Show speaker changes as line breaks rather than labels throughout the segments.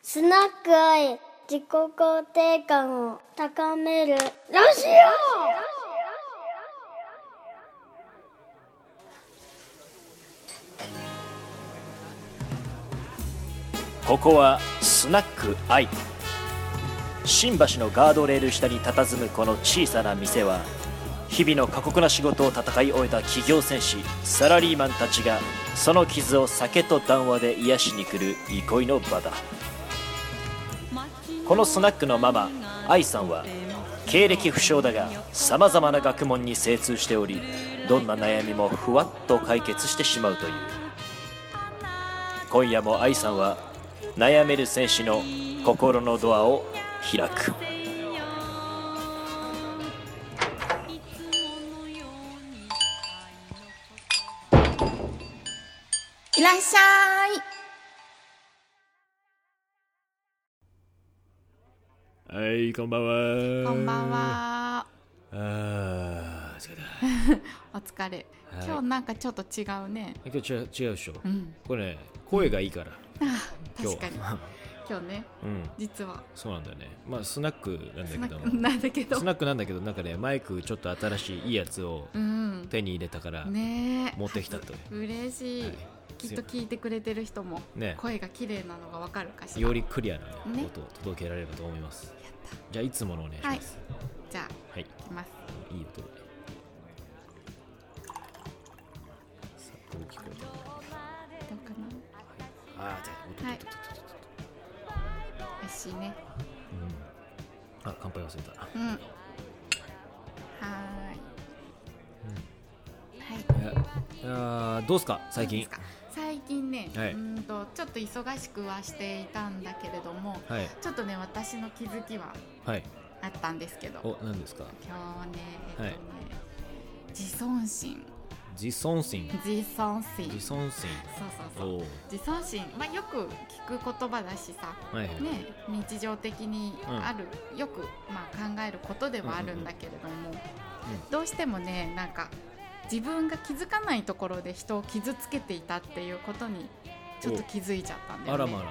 スナック愛、自己肯定感を高める。ラジ
ここはスナックアイ新橋のガードレール下に佇むこの小さな店は日々の過酷な仕事を戦い終えた企業戦士サラリーマンたちがその傷を酒と談話で癒しに来る憩いの場だこのスナックのママ愛さんは経歴不詳だがさまざまな学問に精通しておりどんな悩みもふわっと解決してしまうという今夜も愛さんは悩める選手の心のドアを開く
いらっしゃい。
はい、こんばんは。
こんばん。は。
あー、疲れた。
お疲れ。
はい
今日なんかちょっと違うね。
今日違う違うでしょ。
うん。
これね、声がいいから。
あー、
今
確
日
かに。今日ね、
うん、
実は。
そうなんだよね。まあ、スナックなんだけ
な
ども。
なんだけど
ス。ナックなんだけど、なんかね、マイクちょっと新しいいいやつを
うん。
手に入れたから、
ねえ。
持ってきたという。
嬉しい、
はい
きっと聞いてくれてる人も、
ね
声が綺麗なのがわかるかしら。
よりクリアな、ね
ね
音を届けられればと思います。
やった。
じゃあ、いつものお願いします。
じゃあ、
はい、
行きます。
い、い音で。さあ、どう聞こえた
どうかな。
あー、じゃあ、音、
はい
音音音音音
美味しいね。
あ、乾杯忘れた。
うん。はーい。はい。
いやーどうすか最
どうで
近
すか最近ね、
はいう
ーんとちょっと忙しくはしていたんだけれども
はい
ちょっとね私の気づきは
はい
あったんですけど
お何ですか
今日ねえっと
は
ね、
い
自尊心
自尊心
自尊心
自尊心お
そうそうそう
お
自尊心、まあ、よく聞く言葉だしさ、
はいはい
ね、日常的に
うん
ある、よく、まあ、考えることではあるんだけれども、
う
どうしてもねなんか自分が気づかないところで人を傷つけていたっていうことにちょっと気づいちゃったんだ
あ
よね
らまあら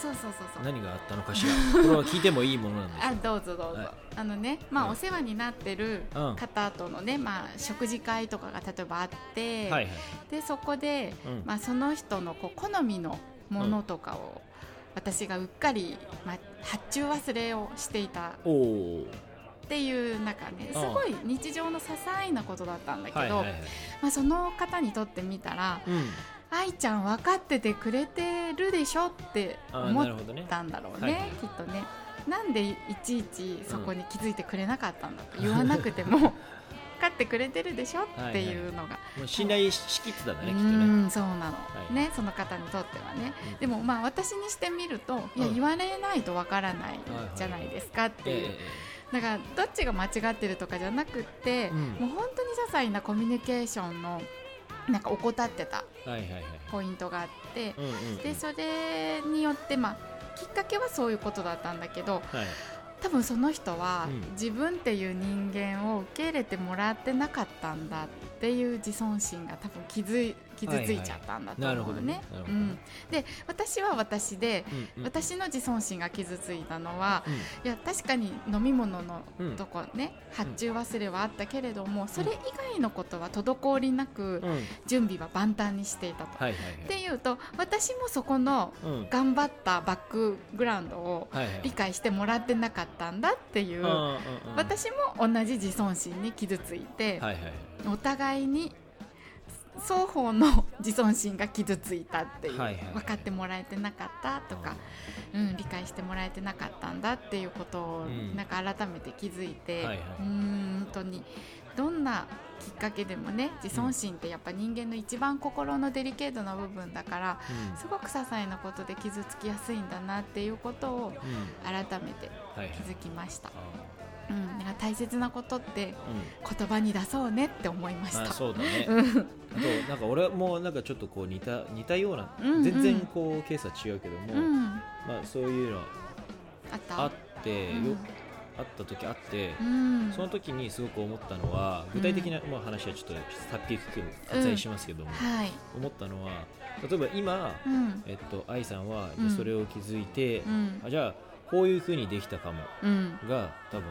そうそうそうそう
何があったのかしらこれは聞いてもいいものなんです
あどうぞどうぞ、
はい
あのねまあ、
うん
お世話になってる
うん
方とのね、まあ、食事会とかが例えばあって、
かはいはい
でそこで、
うん
まあ、その人のこう好みのものとかを、私がうっかり、まあ、発注忘れをしていた
おお
っていうなんかね
あ
すごい日常の些細なことだったんだけど、
はいはいはい
まあ、その方にとってみたら
うん
「愛ちゃん分かっててくれてるでしょ」って
あー
思
な
っ
るほどね
たんだろう
はいは
ね
い
きっとね。なんでいちいちそこに気づいてくれなかったんだと言わなくても分かってくれてるでしょっていうのが
もう信頼ししきってたんだねきっと
う
ね
んそうなの、
い
ねその方にとってはね、
うん
でもまあ私にしてみるといや
うん
言われないとわからない
はいはい
じゃないですかっていう、
ええ
だからどっちが間違ってるとかじゃなくって、
うん
もう本当に些細なコミュニケーションのなんか怠ってた
ええはいはいはい
ポイントがあって
う、んうんうん
でそれによってまあきっかけはそういうことだったんだけど
はい
多分その人は
うん
自分っていう人間を受け入れてもらってなかったんだっていう自尊心が多分傷傷ついちゃったんだと思
はいはいなるほ
うのね
どねなるほ
う
どね
ん。で私は私で
うんうん
私の自尊心が傷ついたのは
うん
いや確かに飲み物の
うん
とこね発注忘れはあったけれどもそれ以外のことは滞りな
う
く
んはい
準備は万端にしていたと。
はいはい
っていうと私もそこの
うんはい
頑張ったバックグラウンドを
はい
理解してもらってなかったんだっていううん
うんうん
私も同じ自尊心に傷ついて、
はいはい
お互いに双方の自尊心が傷ついたっていう、
はいはいはい
分かってもらえてなかったとか、うん、理解してもらえてなかったんだっていうことを、
うん
なんか改めて気づい
は
て、
いはいう
ーん本当にどんなきっかけでもね自尊心ってやっぱ人間の一番心のデリケートな部分だから
うん
すごく些細なことで傷つきやすいんだなっていうことを
うん
改めて
はいはい
気づきました。
あ
うん、なんか大切なことって
ーうん
言葉に出そうねって思いました。
あそうだね、あとなんか俺もなんかちょっとこう似た似たような、
うんうん
全然こうケースは違うけども、
うん、
まあ、そういうの
あった。
あって、
うん
よあった時あって、
うん
その時にすごく思ったのは具体的な、まあ、話はちょっとさっきく割愛しますけども、
はい
思ったのは例えば今、
うん
えっと、愛さんは、
うん
それを気づいて、
うん
あじゃあこういうふうにできたかも
うん
が多分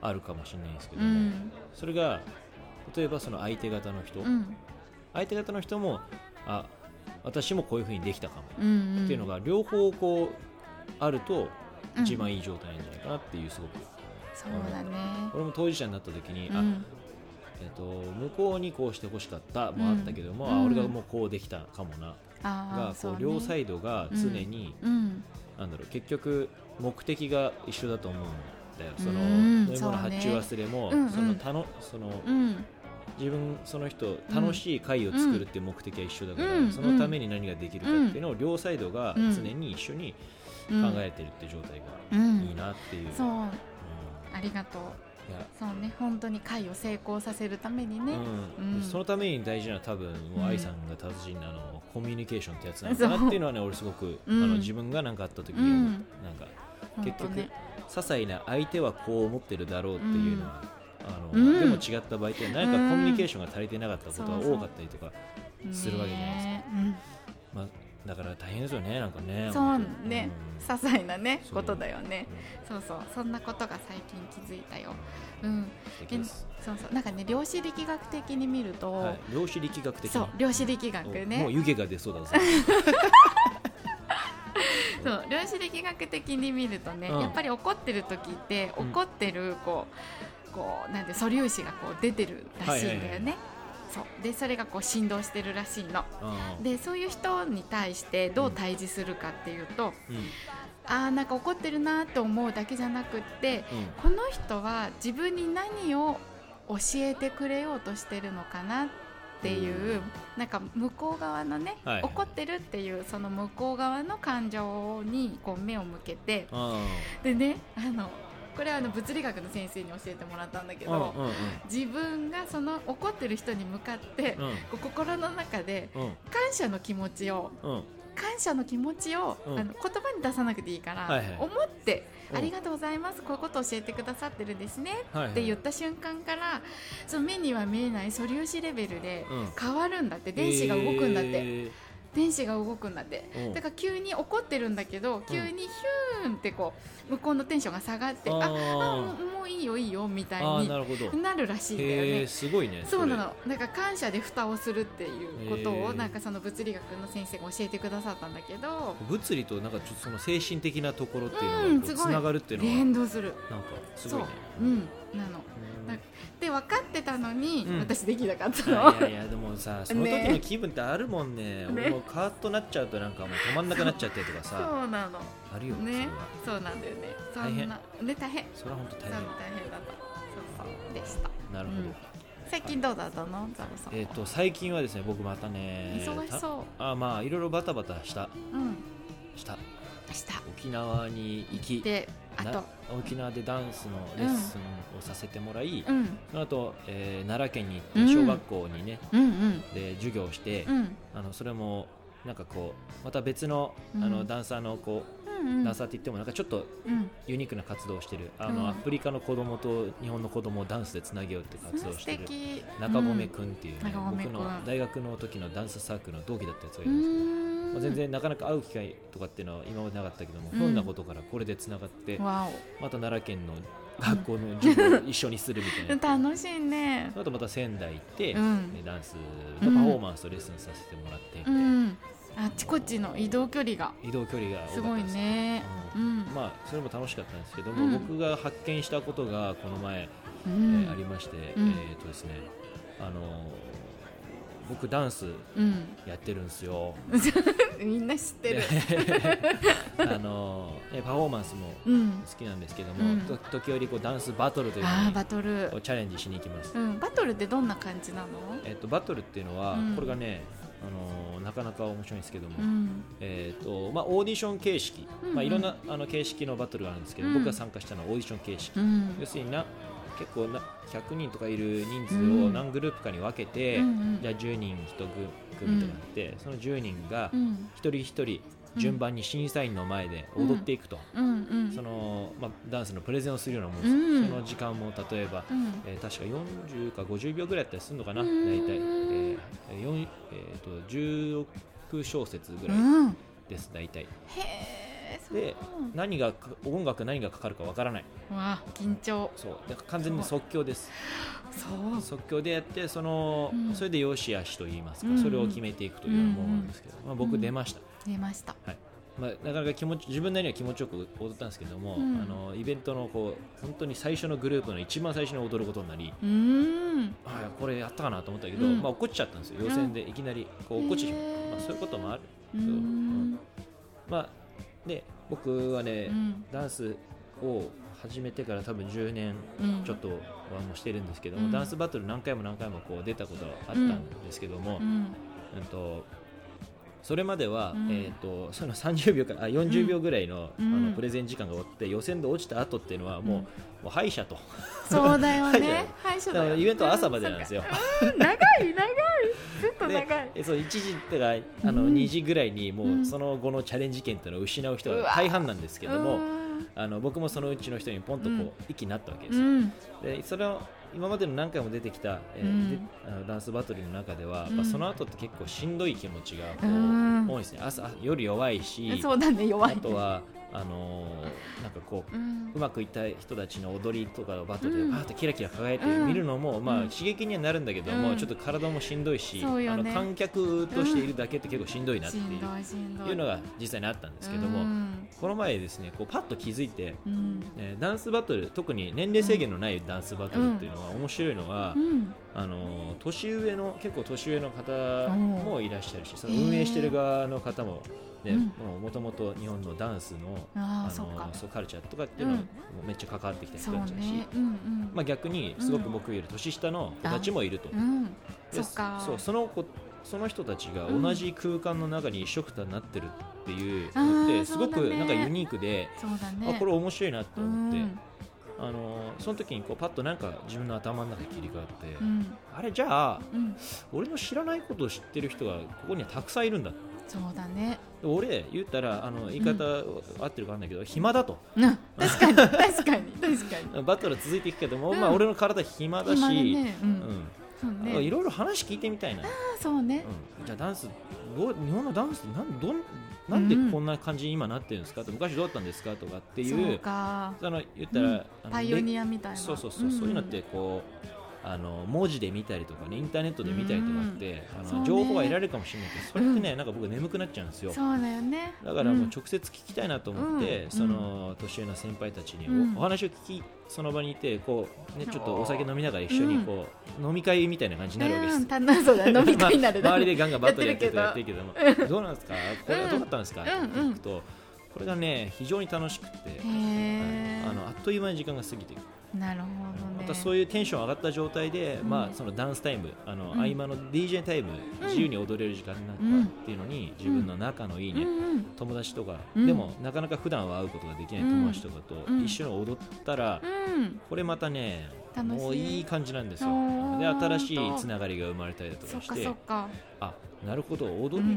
あるかもしれないんですけど
う
も、
ん
それが例えばその相手方の人、
うん
相手方の人もあ私もこういうふうにできたかも、
うんん
っていうのが両方こうあると
うん
一番いい状態なんじゃないかなっていうすごく、
そうだね
俺も当事者になった時に、
う
あ
ん
えっと向こうにこうしてほしかったもあったけども、
うん
あ
うん
俺がもうこうできたかもな、
あ
が
ーそ
こ
う
う
ね
両サイドが常に、
うん
なんだろう結局目的が一緒だと思うんだよその
うん
飲み物
そうね
発注忘れも、
うんうん
そのたのその、
うん
自分その人楽しい会を作るっていう目的は一緒だから、
うん
そのために何ができるかっていうのを両サイドが常に一緒に
う
考
ん
えてるって状態
う
が
ん
いいなっていう、うん
そ
い
うありがとう
や
そうね本当に会を成功させるためにね、
うん
うん
そのために大事なのは多分もう
うん
愛さんが達人なのはコミュニケーションってやつなのかなっていうのはね俺すごく、
うん
あの自分が何かあった時に、
うん
なんか
ほん、
結
と
局、
ね
些細な相手はこう思ってるだろうっていうのは、あの
うん
でも違った場合って何かコミュニケーションが足りてなかったことが多かったりとか、するわけじゃないですか
ねうん
まあ、だから大変ですよねなんかね
そうね、些
さ
細なね
そう
ことだよねそうそうそんなことが最近気づいたようん
素敵です、
そうそうなんかね量子力学的に見ると、
はい、量子力学的
そう量子力学
おもう
ね
湯気が出そうだぞ
そう量子力学的に見るとね、
うん
やっぱり怒ってる時って
うん
怒ってるこうこうなんて素粒子がこう出てるらしいんだよ
は
ね、
いはいは
そうでそれがこう振動してるらしいの
うん
でそういう人に対してどう対峙するかっていう
う
と、
ん
あーなんか怒ってるなと思うだけじゃなくって
うん
この人は自分に何を教えてくれようとしてるのかなってい
う
う、
ん
なんか向こう側のね、
はい
怒ってるっていうその向こう側の感情にこう目を向けて
あ
でねあのこれはあの物理学の先生に教えてもらったんだけ
ーうん
ど、自分がその怒ってる人に向かって、
うん
こう心の中で
うんうん
感謝の気持ちを
うんうん
感謝の気持ちを、
うん
あの言葉に出さなくていいから、
はいはい
思って、
うん
ありがとうございますこういうことを教えてくださってるんですね
はい
って言った瞬間からその目には見えない素粒子レベルで
うん
変わるんだって電子が動くんだって、
え
電子が動くんだって
ーうん
だから急に怒ってるんだけど急にヒューンってこう向こうのテンションが下がって、ああも
あ
うもういいよいいよみた
ーあ
い
ーな
に
るほど
なるらしいんだよね。
へえすごいね
そうな
れ
のなんか感謝で蓋をするっていうこと
へ
を
ー
なんかその物理学の先生が教えてくださったんだけど
物理となんかちょっとその精神的なところって
う
いう
ん
のが
す
つ
ごい
ながるっていうのは
連動する
なんかすごいね
そううんなの
うん
なんかで分かってたのに、
うん
私できなかったの
あいやいやでもさその時の気分ってあるもんね
ね
俺もカーッとなっちゃうとなんかもう止まんなくなっちゃったりとかさ
そうなの
あるよそれは
ねそうなんだよねそ
大変
んなね大変
それは本当
そう
大
大
変
変だったそうそうでした
なるほど、
うん最近どうだったのザボさんは
えっ、と最近はですね僕またね
忙しそう
たあまあいろいろバタバタした
うん
した
明日
沖縄に行き
であ
な
と
沖縄でダンスのレッスンをさせてもらい、
うん
その後、えー奈良県に
う
行
ん
って小学校にね、
うんうん
で授業をして、
うん
あのそれもなんかこうまた別のあ
う
の
ん
ダンサーのこう、
うんうん
ダンサーって言ってもなんかちょっと
うん
ユニークな活動をしてるあ
うん
の、アフリカの子供と日本の子供をダンスでつなげようって活動を
素
してる
敵
中込くんっていう、ね
中込くん
僕の大学の時のダンスサークルの同期だったやつがいうるんですけど、
ん
まあ、全然なかなか会う機会とかっていうのは今までなかったけども、
うん
ひょんなことからこれでつながって
わ
また奈良県の学校の授業を一緒にするみた
お
いな。
楽しいね
その後また仙台行って、
うん
でダンスのパフォーマンスとレッスンさせてもらってみた
う
いな、
んあっちこっちの移動距離が
移動距離が多
す
かっ
ご
たん
い
ですけど
ねう
うんまあ、それも楽しかったんですけど
う
も、
ん
僕が発見したことがこの前、
う
え
ん
ーありまして、
うん
えっ、とですね、あのー僕ダンス
うん
やってるんですよ。
みんな 知ってる
あのーねパフォーマンスも
うん
好きなんですけど
う
も、
ん
と時折こうダンスバトルという
あー
の
バトル
をチャレンジしに行きます。
うんバトルってどんな感じなの
えっとバトルっていうのは、
うん
これがね、あのーなかなか面白いんですけども、
うん
えっとまあ、オーディション形式、
うんうん
まあ、いろんなあの形式のバトルがあるんですけど、
うん
僕が参加したのはオーディション形式
う。ん
要するにな結構な100人とかいる人数
う
を
ん
何グループかに分けて、
うんうん
じゃあ10人1組とかあって、その10人が
うん
一人一人順番に審査員の前で踊っていくと、
うんうん
そのまあ、ダンスのプレゼンをするようなもんです、
うん
その時間も例えば、
うん
えー確か40か50秒ぐらいやったりするのかな、
うん
大体、えー4えー、と16小節ぐらい
うん
です、大体
へえそう
で何がか音楽何がかかるかわからないう
わ緊張
そうだから完全に即興です
そう
即興でやってその、
うん
それで良し悪しと言いますか、
うんうん
それを決めていくというようなものなんですけど、まあ、僕出ました、
出ました
まあ、なかなか気持ち自分なりには気持ちよく踊ったんですけども、
うん
あのイベントのこう本当に最初のグループの一番最初に踊ることになり
うーん
あこれやったかなと思ったけど、
うん
まあ、落っこちちゃったんですよ予選でいきなりこう落っこちてしまう、
へー
まあ、そういうこともある
うー
そううんんまあで僕はね、
うん
ダンスを始めてから多分10年
うん
ちょっとはもうしてるんですけども、
うん
ダンスバトル何回も何回もこう出たことはあったんですけども、
うん
うんとそれまでは、
うん
えー、とその30秒からあ40秒ぐらいの,、
うん
あ
うん
のプレゼン時間が終わって予選で落ちた後っていうのはもう,、
うん
もう敗者と
そうだ よね歯医者
だ
だ
か
よ
ら
ね
イベントは朝までなんですよ。
うん長い長いずっと
で
長い
えそう1時とかあの
うん
2時ぐらいにも
う
うんその後のチャレンジ権っていうのを失う人が大半なんですけど
う
も
ん
あの僕もそのうちの人にポンと
う
こ
ん
う息になったわけです
う
よ、
ん
でそれを今までの何回も出てきた、えー
うん
であのダンスバトルの中では、
うん
まあその後って結構しんどい気持ちがこう
うん
多いですね朝夜弱いし
そうだね弱
あ
い
とはあのーなんかこう
う。ん
うまくいった人たちの踊りとかのバトルで
うん
バーってキラキラ輝いて
うん
見るのも、まあ
うん
刺激にはなるんだけども、
うん
ちょっと体もしんどいし、
そうよ
あ
ね
の観客としているだけって結構しんどいなって
し
いうん
どいしんどい
いうのが実際にあったんですけども、
うん
この前ですねこうパッと気づいて、
うん
えーダンスバトル特に年齢制限のないダンスバトルっていうのは面白いのは、
うん
あの年上の結構年上の方もいらっしゃるしその
へー
運営してる側の方も、ね
うん
もともと日本のダンスの
あ
あ
あそっか
のそうカルチャーとかっていうのは
うん
もうめっちゃ関わってきた
そ
人
う
たちだし、
ねうんうん
まあ、逆にすごく僕より年下の子たちもいると、
うん
で
そっか
そうその子その人たちが同じ空間の中に一緒くたになってるっていうのっ
うんあ
て
ー
すご
そう
く
だね
なんかユニークで、
そうだ
あ
ね
これ面白いなと思って、
うん
あのその時にこうパッとなんか自分の頭の中に切り替わって、
うん
あれじゃあ
うん
俺の知らないことを知ってる人がここにはたくさんいるんだで
そうだね
俺言ったらあの言い方合ってるかわかんないけど、暇だと
うん 確かに確かに確かに
バトルは続いていくけども、
うん
まあ、俺の体暇だし
今のねう
うんん
そう
なんかい
ね
ろいろ話聞いてみたいな、
あそうね
うん、じゃあダンスどう日本のダンスってなんどんなんでこんな感じに今なってるんですかって昔どうだったんですかとかってい
そう
う
か
その言ったら、
うん
あの
パイオニアみたいな
そうそうそう、そういうのってこうあの文字で見たりとかねインターネットで見たりとかって、あ
そう
の
ね
情報が得られるかもしれないけどそれってね、なんか僕眠くなっちゃうんですよ
そうだよね
だからもう
うん
直接聞きたいなと思って、
うん
その年上の先輩たちに
うん
おお話を聞きその場にいてこう、ね、ちょっとお酒飲みながら一緒にこう、飲み会みたいな感じになるわけです、
うん楽しそう だ飲み会になる
ま
だ
あ周
ね
りでガンガンバトルやってると
や
や
っ
ってて
る
るけどもどうなんですかこれはどうだったんですか、
うん
って聞くとこれがね非常に楽しくて、
へえ
あのあっという間に時間が過ぎていく
なるほどね
またそういうテンション上がった状態で、
うん
まあ、そのダンスタイムあの、
う
合
ん
間の DJ タイム、
うん
自由に踊れる時間になったっていうのに、自分の仲のいいね、
うんうん
友達とか、
うん
でもなかなか普段は会うことができない友達とかと
うん
一緒に踊ったら、
うん
これまたね
楽しい
もういい感じなんですよ
あー
で新しいつながりが生まれたりだと
そ
か
っ
し
か
て
そっか
あなるほど踊りっ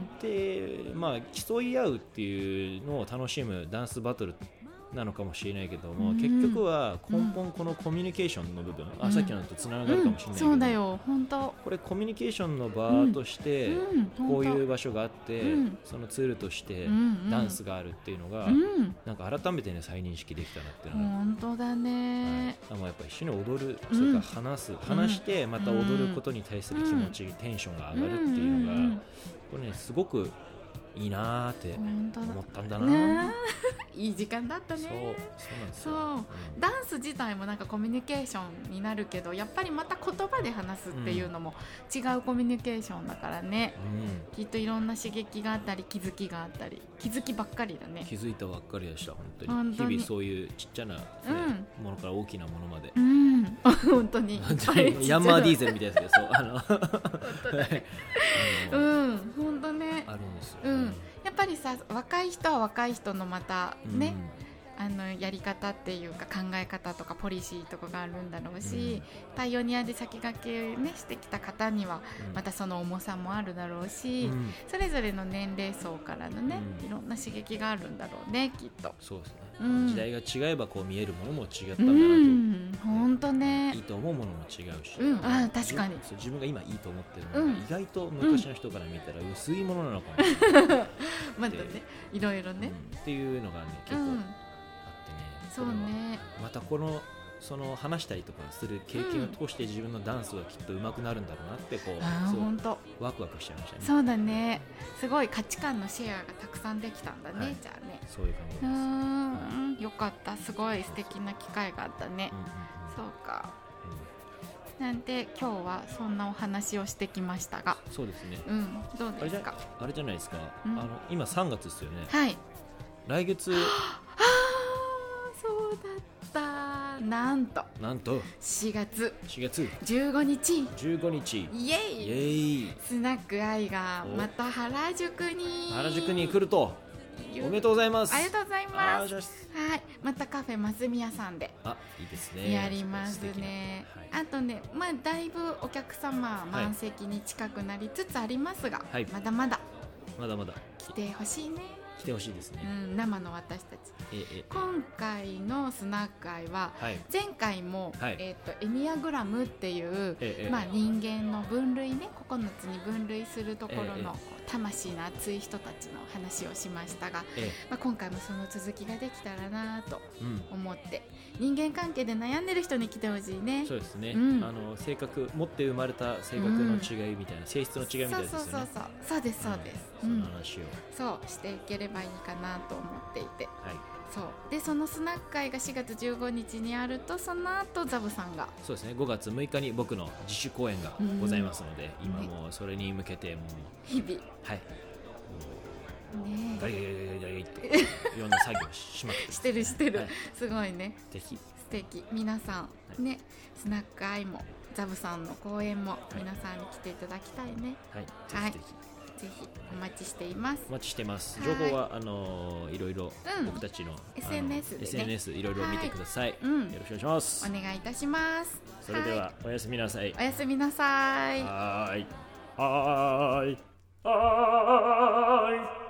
て、まあ、競い合うっていうのを楽しむダンスバトルなのかもしれないけども、
うん
結局は根本このコミュニケーションの部分、
う
あ
ん
さっきのとつながる
う
か
ん
もしれないけど、
そうだよ本当
これコミュニケーションの場として、
うん
こういう
本
場所があって、
うん
そのツールとして
当うんうん
ダンスがあるっていうのが、
うん
なんか改めてね再認識できたなっていうのは、
本当だね、
はい、もやっぱ一緒に踊る、
うん
それから話す話してまた踊ることに対する気持ち、テンションが上がるっていうのが、
んん
これねすごくいいなーって
うん、本当
思ったんだ
だ
な
ね えいい時間だった
そうそう
ね
なんです
そ
よ
うダンス自体もなんかコミュニケーションになるけどやっぱりまた言葉で話すっていうのも違うコミュニケーションだからね、
うん、
きっといろんな刺激があったり気づきがあったり気づきばっかりだ
うん
ね
気づいたばっかりでした本当に
本当に
日々そういうちっちゃな、ねものから大きなものまで
う、ん 本当に
本当にヤンマーディーゼルみたいなやつでそうあの
う
あの
ん本当ね
あるんですよ、
うんやっぱりさ若い人は若い人のまたね、
うん
あのやり方っていうか考え方とかポリシーとかがあるんだろうし、パイオニアで先駆け、ね、してきた方にはまたその重さもあるだろうし、
うん
それぞれの年齢層からのね、
うん
いろんな刺激があるんだろうねきっと。
そうですね、
うん
時代が違えばこう見えるものも違った
うん
だなと、
ん本当
いい
ね
と思うものも違うし、
うんあー確
自分そ
かに
う自分が今いいと思ってるものが
うん
意外と昔の人から見たら薄いものなのか もしれない、
またねいろいろね。
うんっていうのがね
う
結構
ん
あってね、
そうね
これはまたこのその話したりとかする経験を通して自分のダンスはきっと上手くなるんだろうなってこう、
あー
すご
本
い
当
ワクワクしちゃいましたね
そうだねすごい価値観のシェアがたくさんできたんだね、
はい
じゃあね
そういう感じ
う
です、うんうん
ーんよかったすごい素敵な機会があったね、
うん
そうかなんで今日はそんなお話をしてきましたが
うんそうですね
うんどう
あ
で
れじ
す
ゃ
か
あれじゃないですか、
うん
あの今3月ですよね
はい
来月
あーそうだったなんと
なんと
4月
4月
15日
15日
イエ
イエ
イ
ーイ
スナック愛がまた原宿に
原宿に来るとおめでとうご
う
ざいます
ありがとうございま
あ
す
じ
は
ゃ
いまたカフェますみやさんで
ああいいですね
やりますね
素敵、なは
あとね、まあ、だいぶお客様満席に近くなりつつありますが、
はい
まだまだ
いまだまだ
来てほしいね、
来てほしいですね
う、ん、生の私たち
えええ
今回のスナック愛は
えはい
前回も、
はい
えー、とエニアグラムっていう、
ええええ
まあ、人間の分類ね9つに分類するところの、
ええええ
こう魂の熱い人たちの話をしましたが、
え
まあ、今回もその続きができたらなと
えうん
思って人間関係で悩んでる人に来てほしいね。
そうですね、
うん
あの性格持って生まれた性格の違いみたいな、性質の違いみたいですよね
そうそうそうそうそうですそうです、う
うんそ
ん
の話を、
そうしていければいいかなと思っていて
はい
そうでそのスナック会が4月15日にあるとその後ザブさんが
そうですね5月6日に僕の自主公演がございますので、
うん
今もうそれに向けてもう
日々
はい
ね
ガリガリガリガリガリっていろんな作業をしまくってます
してるしてる、
はい
すごいね
ぜひ
素敵皆さんねスナック会もザブさんの公演も
い
皆さんに来ていただきたいね、
はいぜ
はい
ひぜひ
ぜひお待ちしています
お待ちしてます
は
情
い
報はあのーいろいろ
うん
僕たちの,、
SNS でね
SNS いろいろ見てください、
うん
よろしくお願いします、
お願いいたします
それではいおやすみなさい
おやすみなさい
はーいはーいはーい